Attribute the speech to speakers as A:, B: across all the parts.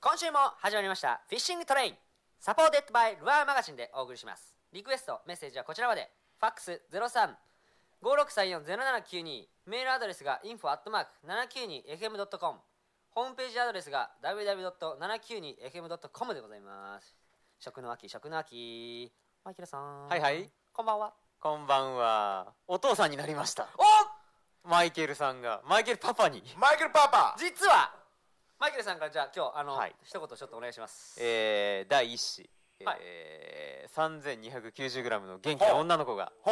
A: 今週も始まりましたフィッシングトレインサポーテッドバイルアーマガジンでお送りしますリクエストメッセージはこちらまでファックス0356340792メールアドレスが info アットマーク 792fm.com ホームページアドレスが www.792fm.com でございます食の秋食の秋マイケルさん
B: はいはい
A: こんばんは
B: こんばんはお父さんになりました
A: お
B: マイケルさんがマイケルパパに
C: マイケルパパ
A: 実はマイケルさんからじゃあ今日あの、
B: はい
A: 一言ちょっとお願いします
B: えー、第一子、
A: はい
B: えー、3290g の元気な女の子が
C: ほ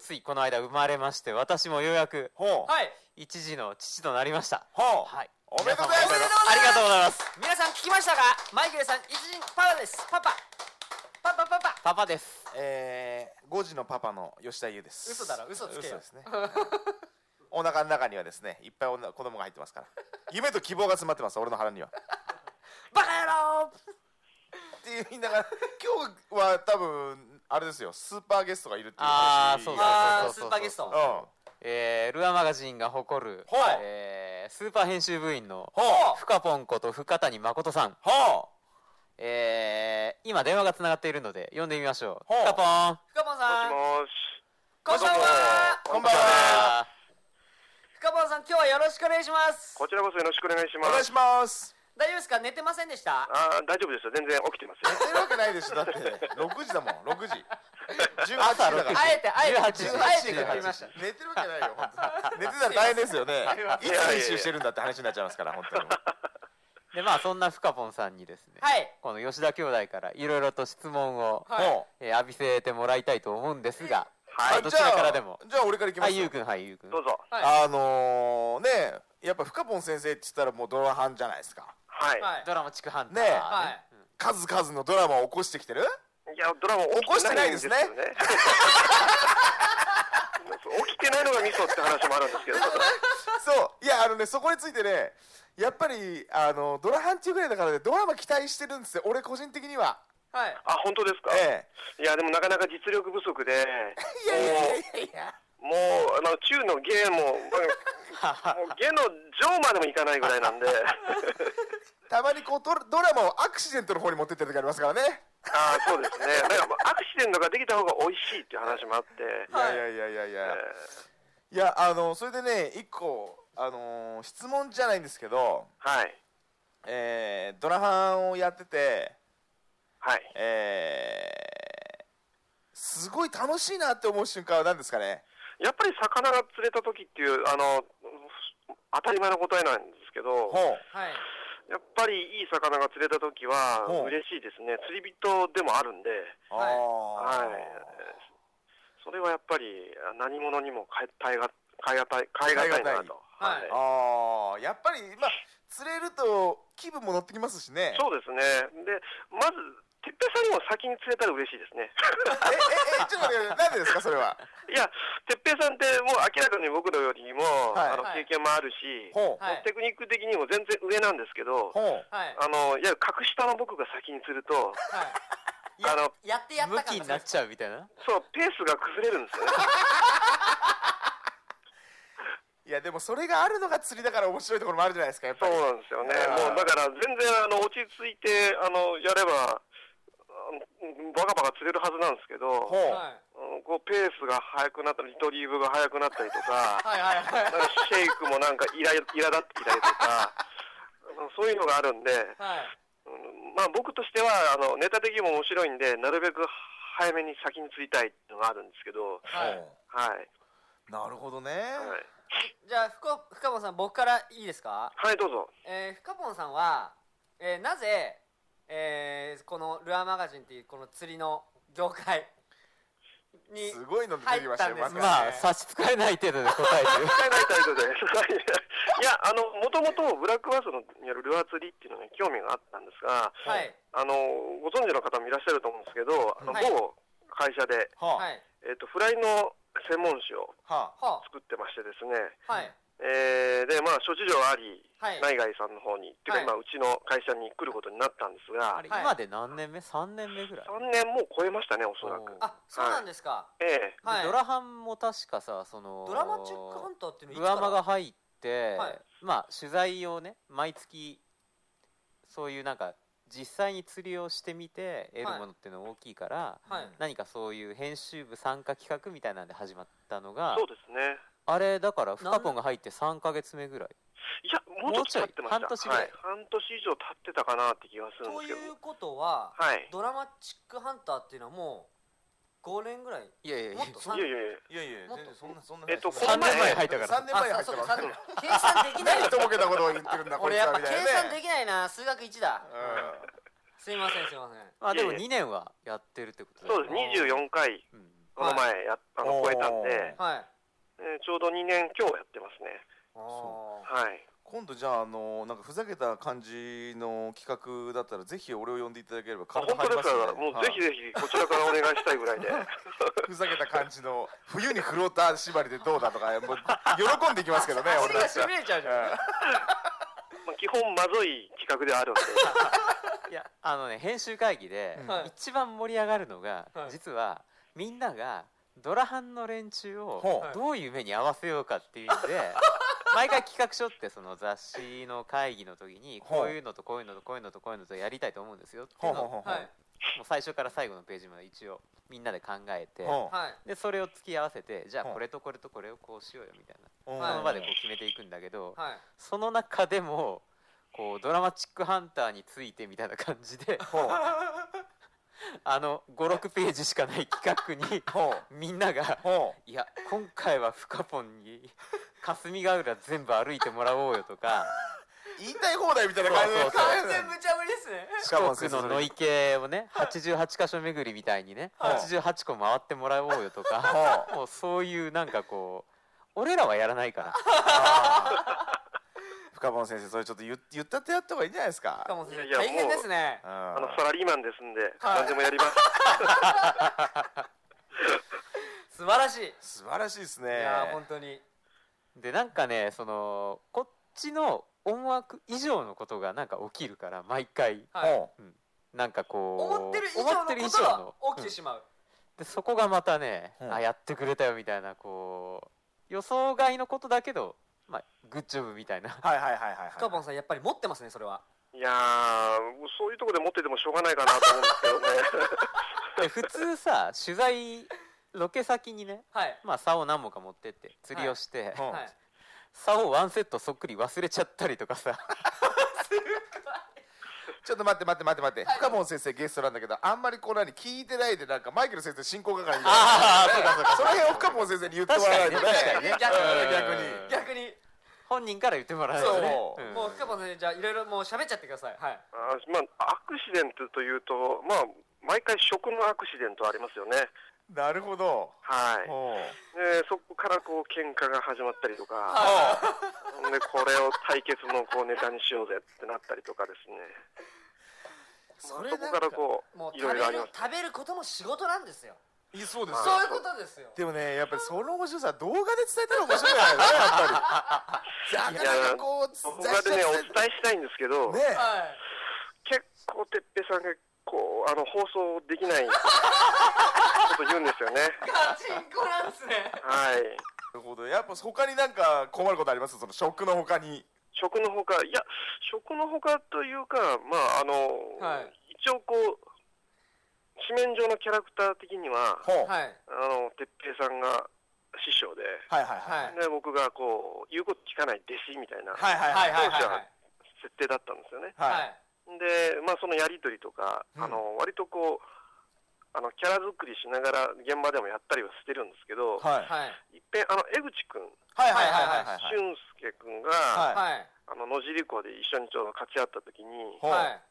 B: ついこの間生まれまして私もようやく
C: うほう
A: はい
B: 一児の父となりました
C: ほう
B: はい
C: おめでとうございます
B: 皆様ありがとうございます
A: 皆さん聞きましたかマイケルさん一人パパですパパパパパパ
B: パパです
C: えー、5時のパパの吉田優です
A: 嘘だろ嘘つけよ
C: 嘘ですね お腹の中にはですねいっぱい女子供が入ってますから夢と希望が詰まってます俺の腹にはっ
A: バカ野郎
C: て言いながら今日は多分あれですよスーパーゲストがいるっていう
B: あ
C: 話
B: ーそうだ
A: あ
B: そ
A: ー
B: う
A: ス
B: そ
A: ー
B: うそうそう
A: パーゲス
C: うん
A: ト
C: ほ
B: えー、ルアマガジンが誇る、
C: はい
B: えー、スーパー編集部員の
C: う
B: フカポンこと深谷誠さん
C: ほ
B: えー、今電話がつながっているので呼んでみましょう
C: ほう
B: フカポン
A: フカボンさん
D: もしもし。
A: こんばんは
C: うこんばんは
A: フカボンさん今日はよろしくお願いします
D: こちらこそよろしくお願いし
C: お願
D: ま
C: い
D: す。
C: し ます
A: 大丈夫ですか寝てませんでした
D: あー大丈夫ですよ。全然起きてますよ。
C: 寝てるわけないでしょだ って6時だもん6時18時
B: 朝6
C: だから
B: 時
A: あえてあえてあえ
B: 18
A: て
B: 時
A: 語りました
C: 寝てるわけないよ本当に寝てたら大変 ですよねいつ練習してるんだって話になっちゃいますから本当に
B: でまあそんなフカポンさんにですね、
A: はい
B: この吉田兄弟からいろいろと質問を、
A: はい
C: も
B: えー浴びせてもらいたいと思うんですが、
C: う
B: まあどちらからでも
C: じゃあじゃあ俺からいきま
B: は
C: す
B: い
C: よ
B: ゆうくんはいゆうくん
D: どうぞ。
A: はい
C: あのーねやっぱ深本先生って言ったらもうドラハンじゃないですか
D: はい。
A: はい
B: ドラマ「チクハンター
C: ねえ
B: ね」
A: はい
B: うん
C: 数々のドラマを起こしてきてる
D: い、や、ドラマ起きてないんですよ
C: 起こして
D: ね。 起きてないのがミソって話もあるんですけど。
C: そういやあのねそこについてねやっぱりあのドラハンっていうぐらいだからねドラマ期待してるんですよ俺個人的には
A: はい
D: あ、本当ですか、
C: え
D: いや、でもなかなか実力不足で、
C: えいやいやいやいや
D: もう、あの、中の芸も、 もう芸の上までもいかないぐらいなんで。
C: たまにこうドラドラマをアクシデントの方に持ってってる時ありますからね
D: あーそうですね。だから、アクシデントができた方が美味しいっていう話もあって。
C: いやいやいやいやいや、
D: えー
C: いやあのそれでね一個あのー質問じゃないんですけど、
D: はい。
C: えードラハンをやってて、
D: はい。
C: えーすごい楽しいなって思う瞬間は何ですかね
D: やっぱり魚が釣れた時っていう、あの、当たり前の答えなんですけど、
C: ほう
A: はい
D: やっぱりいい魚が釣れた時は
C: ほう
D: 嬉しいですね。釣り人でもあるんで、
A: はい
C: あー
D: はい。それはやっぱり何者にも変え耐えが、変えがたい、変えがたいなと。
A: はい
D: は
C: あ
D: い。
C: ーやっぱりまあ釣れると気分も乗ってきますしね
D: そうですね。で、まず、てっぺいさんよりも先に釣れたら嬉しいですね。
C: えええちょっと待ってなんでですかそれは
D: いや、てっぺいさんってもう明らかに僕のよりも、
C: はい
D: あの
A: はい
D: 経験もあるし、
C: ほう、
A: はい
D: テクニック的にも全然上なんですけど、
C: ほう
A: はい
D: あの、いや、格下の僕が先に釣ると、
A: はい
D: あの、
A: やってやった
B: 向
A: か
B: きになっちゃうみたいな
D: そう、ペースが崩れる んですよね。
C: いやでもそれがあるのが釣りだから面白いところもあるじゃないですかやっ
D: そ
C: ぱ
D: う
C: り
D: なんですよね。
C: あー
D: もうだから全然あの落ち着いてあのやればあのバカバカ釣れるはずなんですけど、
C: ほう、
A: はい
D: うんこうペースが速くなったりリトリーブが速くなったりとか、
A: はいはいはい
D: なんかシェイクもなんかイライラだってきたりとか。 あのそういうのがあるんで、
A: はい
D: うんまあ僕としてはあのネタ的にも面白いんで、なるべく早めに先に釣りたいっていうのがあるんですけど、
A: はい
C: ほ
D: はい、
C: うなるほどね、
D: はい、
A: じゃあ深深本さん僕からいいですか
D: はい、どうぞ。
A: えー、フカポンさんは、えーなぜ、えーこの「ルアーマガジン」っていうこの釣りの業界に
C: すごいの出てきましたよ
A: 入ったんですが
B: まあ差し支えない程度で答えてる
D: 使えない態度で。 いや、あの、もともとブラックバスのによるルアー釣りっていうのに興味があったんですが、
A: はい
D: あの、ご存知の方もいらっしゃると思うんですけど、あの、
A: はい
D: 某会社で、
C: はあ、
A: はい
D: えっ、と、フライの専門誌を
C: は
A: は
D: 作ってましてですね、
A: あはい
D: えーで、まあ、諸事情あり、
A: はい
D: 内外さんの方に、っていうか
A: はい
D: 今、うちの会社に来ることになったんですが、
B: あれ、
A: はい
B: 今で何年目3年目ぐらい
D: 3年もう超えましたね、おそらく。
A: あそうなんですか、
D: ええ
A: はい
B: でドラハンも確かさその
A: ドラマチックハンターっていうのいつ
B: ル
A: か
B: ア
A: ら
B: マが入って、
A: はい
B: まあ取材をね毎月そういうなんか実際に釣りをしてみて得
A: は
B: る
A: い
B: ものっていうの大きいから、
A: はい
B: 何かそういう編集部参加企画みたいなんで始まったのが
D: そうですね。
B: あれだからフカポンが入って3か月目ぐらい
D: いや、もうちょっと経ってました。
B: もうちょい半年ぐらい
D: はい。半年以上経ってたかなって気がするん
A: と
D: です
A: い
D: けど。
A: うことは、
D: はい。
A: ドラマチックハンターっていうのはもう5年ぐらい
B: いやいやい
A: も
B: や
A: っとさ
D: いやいやいや。
E: いやいや
A: もっ
E: 全
A: と
E: 然そんなそんな
D: えっとこ
B: 3
D: の前
B: 年前入ったから
C: 3年前に入
A: あ
C: って
A: そう
C: ま
A: か
C: す
A: 三年計算できない
C: 何とぼけたことを言ってるん だこい
A: 俺
C: つ
A: やっ
C: は
A: ぱ
C: み
A: 計
C: たいなね
A: 算できないな数学1だ
C: うん
A: すいませんすいません
B: まあでも
D: いやいや
B: 2年はやってるってことだよ
D: そうです。24回、
B: うん
D: この前や、あの、
C: お
D: 超
C: ー
D: えたんで、
A: はい
D: えーちょうど2年今日やってますね。
A: あ
D: はい。
C: 今度じゃああのなんかふざけた感じの企画だったらぜひ俺を呼んでいただければ
D: あ
C: 体
D: 本
C: 入り
D: 当で
C: ます
D: す
C: よ
D: か、
C: ね
D: もう
C: はい
D: ぜひぜひこちらからお願いしたいぐ らいで。
C: ふざけた感じの冬にフローター縛りでどうだとかもう喜んでいきますけどね
A: ー足
C: 俺
A: が
C: たち
A: し
C: は
A: びれちゃうじゃん
D: まあ、基本まずい企画ではあるんで。
B: いやあのね編集会議で
C: うん
A: はい
B: 一番盛り上がるのが、
A: はい
B: 実はみんながドラハンの連中を
C: ほ
A: う
B: どういう目に合わせようかっていうので毎回企画書ってその雑誌の会議の時に
C: ほう
B: こういうのとこういうのとこういうのとこういうのとやりたいと思うんですよっていうのをも
C: ほう
A: はい
B: もう最初から最後のページまで一応みんなで考えて
C: ほ
A: はい
B: でそれを突き合わせてじゃあ
C: ほう
B: これとこれとこれをこうしようよみたいな
C: う
A: はい
B: その場でこう決めていくんだけど
A: はい
B: その中でもこうドラマチックハンターについてみたいな感じであの56ページしかない企画に
C: ほ
B: みんなが
C: うほ
B: 「いや今回はフカポンに霞ヶ浦全部歩いてもらおうよ」と か
C: う言いたい放題みたいな感じ
B: そ
C: で
B: うそうそう
A: 完全無茶ぶりですね
B: 四国の野池をね88箇所巡りみたいにね
C: はい
B: 88個回ってもらおうよ とか
C: ほう
B: もうそういうなんかこう俺らはやらないから
C: 深本先生それちょっと言言ったってやった方がいいんじゃないですか
A: しかも先
D: い
A: 生
D: や
A: 大変ですね
C: うん
D: あの、サラリーマンですんで、
A: はい
D: 何でもやります。
A: 素晴らしいい
C: 素晴らしいですね
A: やー本当に
B: でなんかねそのこっちの思惑以上のことがなんか起きるから毎回
A: はい
C: ほ
B: なんかこう
A: 思ってる以上
B: 思ってる
A: の
B: 以
A: こと
B: 上
A: が
B: の
A: 起きてしまう
B: うんでそこがまたね、
C: うん
B: あやってくれたよみたいなこう予想外のことだけど、まあ、グッジョブみたい な
C: うはいはいはいはいはい
A: フカボンさんやっぱり持ってますねそれはい
D: やー、そういうとこで持っててもしょうがないかなと思うんですけどね。
B: で普通さ取材ロケ先にね
A: はい
B: まあ竿を何本か持ってって釣りをして、
C: ほう
A: はい
B: 竿をワンセットそっくり忘れちゃったりとか さ
C: ちょっと待って待って待って待って、深本先生ゲストなんだけどあんまりこう何聞いてないでなんかマイケル先生進行係みたいな
B: ああそうかそうか
C: その辺を深本先生に言ってもらわないとね
B: 確かに
A: ね確
B: かにね
C: うん
A: 逆に
B: 本人から言ってもらえるとね
C: そう
B: うん
A: もう深本先生じゃあいろいろもう喋っちゃってくださいはい
D: あーまあ、アクシデントというと、まあ、毎回食のアクシデントありますよね。
C: なるほど
D: はい。
C: ほ
D: でそこからこう喧嘩が始まったりとか、でこれを対決のこうネタにしようぜってなったりとかですね。
C: そ
D: まあ
C: れ
D: そ
C: な
D: こ
C: ん
D: か
C: から
D: こ
A: もう
D: ういろ
A: 食べ
D: いろあ
A: る
D: ります。
A: 食べることも仕事なんですよ
C: いいそうです
D: はい
A: そういうことですよ
C: でもねやっぱりその面白さは動画で伝えたら面白いよねやっぱりなかなかこ
D: ここ
C: う
D: でねお伝
C: え
D: えしたいんですけど、
C: ね
A: はい
D: 結構てっぺいさんがこうあの放送できないこと言うんですよね。
A: ガチンコなんですね
D: はい。
C: なるほどやっぱ他になんか困ることありますその食の他に
D: 食のほかいや食のほかというかまああの、
A: はい
D: 一応こう紙面上のキャラクター的には
C: ほうはい
A: はい
D: あの哲平さんが師匠で
C: はいはい
A: はい
D: で僕がこう言うこと聞かない弟子みたいな
C: はいはい
A: はいはいはい
D: 当時
A: は
D: はい設定だったんですよね、
A: は
C: はい
A: い
D: でまあそのやり取りとか、
C: うん
D: あの割とこうあのキャラ作りしながら現場でもやったりはしてるんですけど、
C: はいはい
A: はい
D: い、っぺんあの江口君
C: はいはいはいはい
D: 俊介君が、
C: はい
A: はい
D: あの野尻湖で一緒にちょうど勝ち合った時に
C: ほう
A: はい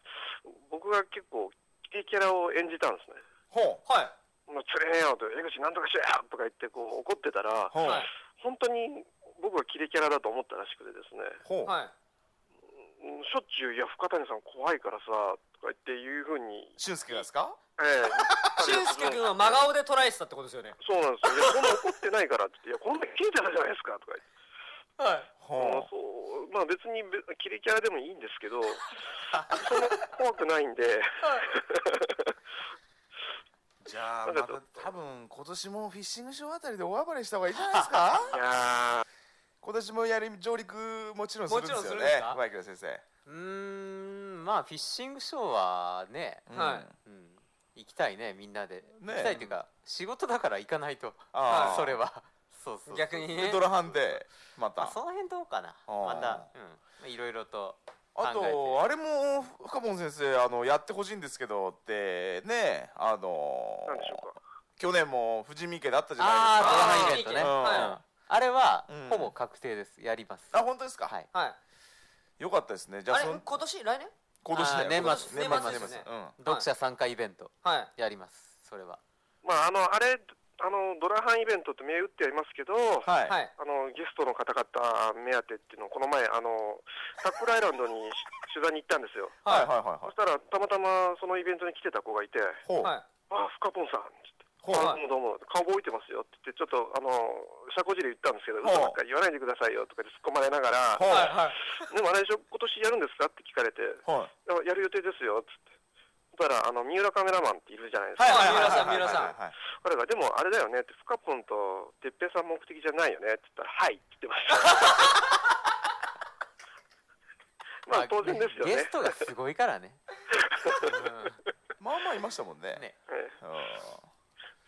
D: 僕が結構キティキャラを演じたんですね
C: ほう
A: はい
D: 「もう釣れへんよ」と「江口なんとかしろよ」とか言ってこう怒ってたら
C: ほう
A: はい
D: 本当に僕はキレキャラだと思ったらしくてですね
C: ほう
A: はい
D: うんしょっちゅう「いや深谷さん怖いからさ」とか言っていうふうに
C: 俊介がですか
D: ええ
A: 俊介君は真顔でトライしてたってことですよね
D: そうなんですよ「いやそんな怒ってないから」って言って「いやこんなキレてたじゃないですか」とか言って
A: はい
D: あ
C: ほ
D: のそうまあ別にべキレキャラでもいいんですけどそんな怖くないんで
C: うじゃあ
D: なん
C: ま
D: か
C: た多分今年もフィッシングショーあたりで大暴れした方がいいんじゃないですか
D: いやー
C: 今年もやり上陸もちろんするんですよ
A: もちろんする
C: ね
A: んですか
C: マイケル先生
B: うーんまあフィッシングショーはね、
C: うん
A: はい
B: うん、行きたいねみんなで、行
C: ね
B: きたいっていうか仕事だから行かないと
C: あー
B: それはそうそうそう
A: 逆にね
C: でドラハンでま
B: まあ
C: た
B: その辺どうかな
C: あー
B: またうんまあいろいろと
C: あ
B: 考え
C: とあれも深本先生あのやってほしいんですけどってねあの
D: なんでしょうか
C: 去年も富士見家だったじゃ
B: あ
C: な
A: ー
B: あドラマイベントね、
A: あ
B: う
A: ー
B: ん
C: は
B: あれは、
C: うん
B: ほぼ確定ですやります
C: いですかあ本当ですか、
B: はい
A: はい
C: よかったですねじゃあ
A: あれ
C: そん
A: 今年来年
C: 今年だ
B: あー
C: よ
B: 年末
C: 今
A: 年
C: 年
A: 末ですね
C: うん
B: 読者参加イベント
A: はい
B: やりますそれは
D: まああのあれあのドラハンイベントって銘打ってありますけど、
C: はい、
A: はい
D: あのゲストの方々目当てっていうのをこの前あのタックルアイランドにし取材に行ったんですよ
C: はいはい
A: は
C: はいは
D: そしたらたまたまそのイベントに来てた子がいて
C: い
D: 「
C: ほう、
A: いはい
D: あフカポンさん」って
C: ほう、
D: あどうもどうも顔覚えてますよって言ってちょっとあの社交辞令言ったんですけど嘘ばっかり言わないでくださいよとかで突っ込まれながら
C: ほう
A: はいはい
D: でもあれでしょ今年やるんですかって聞かれて
C: はい
D: あやる予定ですよっつってそしたらあの三浦カメラマンっているじゃないです
C: はい
A: はあ三浦さん
C: はいはいはいはいは
D: か、
C: い
D: 彼がでもあれだよねってフカポンと哲平さん目的じゃないよねって言ったらはいって言ってましたまあ当然ですよ
B: ゲ
D: ね
B: ストがすごいからね、
C: まあまあいましたもんね
B: うんね
D: ええ
C: うん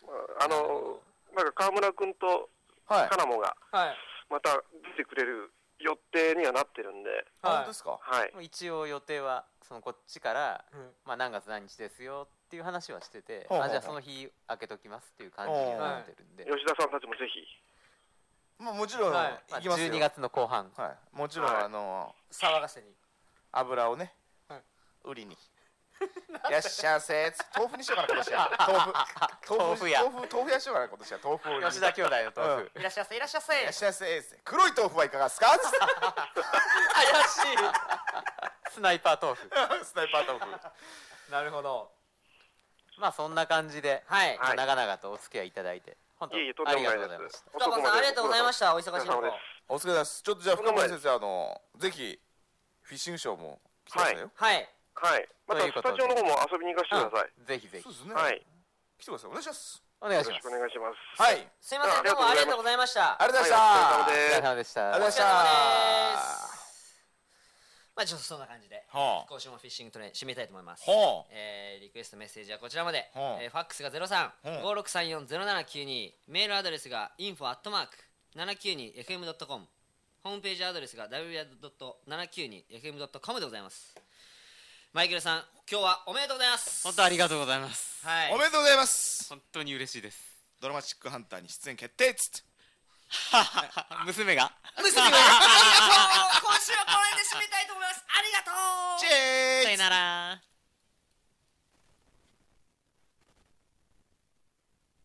D: まああのなんか川村君と
C: はい
D: カナモが
A: はい
D: また出てくれる予定にはなってるんで
C: あ本
A: は
C: 当ですか
D: はい
B: もう一応予定はそのこっちから、
A: いうん
B: まあ、何月何日ですよっていう話はしてて、
C: ほうほうほう
B: あじゃあその日開けときますっていう感じになってるんで、
D: 吉田さんたちもぜひ
C: まあもちろん
A: はい
B: ま
C: 行
B: あ、
C: きますよ
B: 12月の後半
C: はいもちろん
D: はい
C: あの
A: 騒がせに
C: 油をね
A: はい
C: 売 りにいらっしゃいせ豆腐にしようかな今年 は豆腐
B: 豆腐屋
C: 豆腐豆腐屋しようかな今年は豆腐を売りに
B: 吉田兄弟の豆腐、
C: うん
A: いらっしゃいませいらっしゃいま
C: いらっ
A: せ
C: しゃいせ黒い豆腐はいかがですか
A: 怪し
B: スナイパー豆腐
C: スナイパー豆腐
A: いなるほど
B: まあそんな感じで、
A: はい
D: はい
B: 長々とお付き合いいただいて本当
D: いえいえとん
B: あ
D: で
B: り
D: も
B: が
D: な
B: と
D: いうで
B: ございました
D: す
A: 深本さんありがとうございま
D: し
A: したお忙しいとこ
D: お疲れ様
A: ろ
D: です
C: お疲れ様ですちょっとじゃあ
D: お疲
C: 深
D: れ様
C: 村
D: です
C: 先生あのぜひフィッシングショーも来てくださいよ
A: はい
D: はいまた
B: という
D: ス
B: こと
D: タ
B: で
D: ジオの方も遊びに行かせてください、
B: ぜひぜ
C: そう
B: ひ
C: ですね
D: はい
C: 来てくださいお願いします
B: お願い
D: よ
B: し
D: ろ
B: ま
D: し
B: す
D: くお願いします
C: はい
A: すいませんどうもありがとうございました
C: ありがとうございました
D: はいお疲れ様
B: お疲れ様で
D: です
B: した
C: ありがとうございました
A: まあちょっとそんな感じで
C: はあ
A: 今週もフィッシングトレイン締めたいと思います
C: はあ
A: えーリクエストメッセージはこちらまで、
C: はあ
A: えーファックスが0356340792
C: は、
A: メールアドレスが info アットマーク 792fm.com ホームページアドレスが w w w 792fm.com でございますマイケルさん今日はおめでとうございます
B: 本当ありがとうございます
A: はい
C: おめでとうございます
B: 本当に嬉しいです
C: ドラマチックハンターに出演決定っつって
A: 娘
B: 娘が
A: がありがとう今週はこれで締めたいと思いますありがとう
C: チェーン
B: さよなら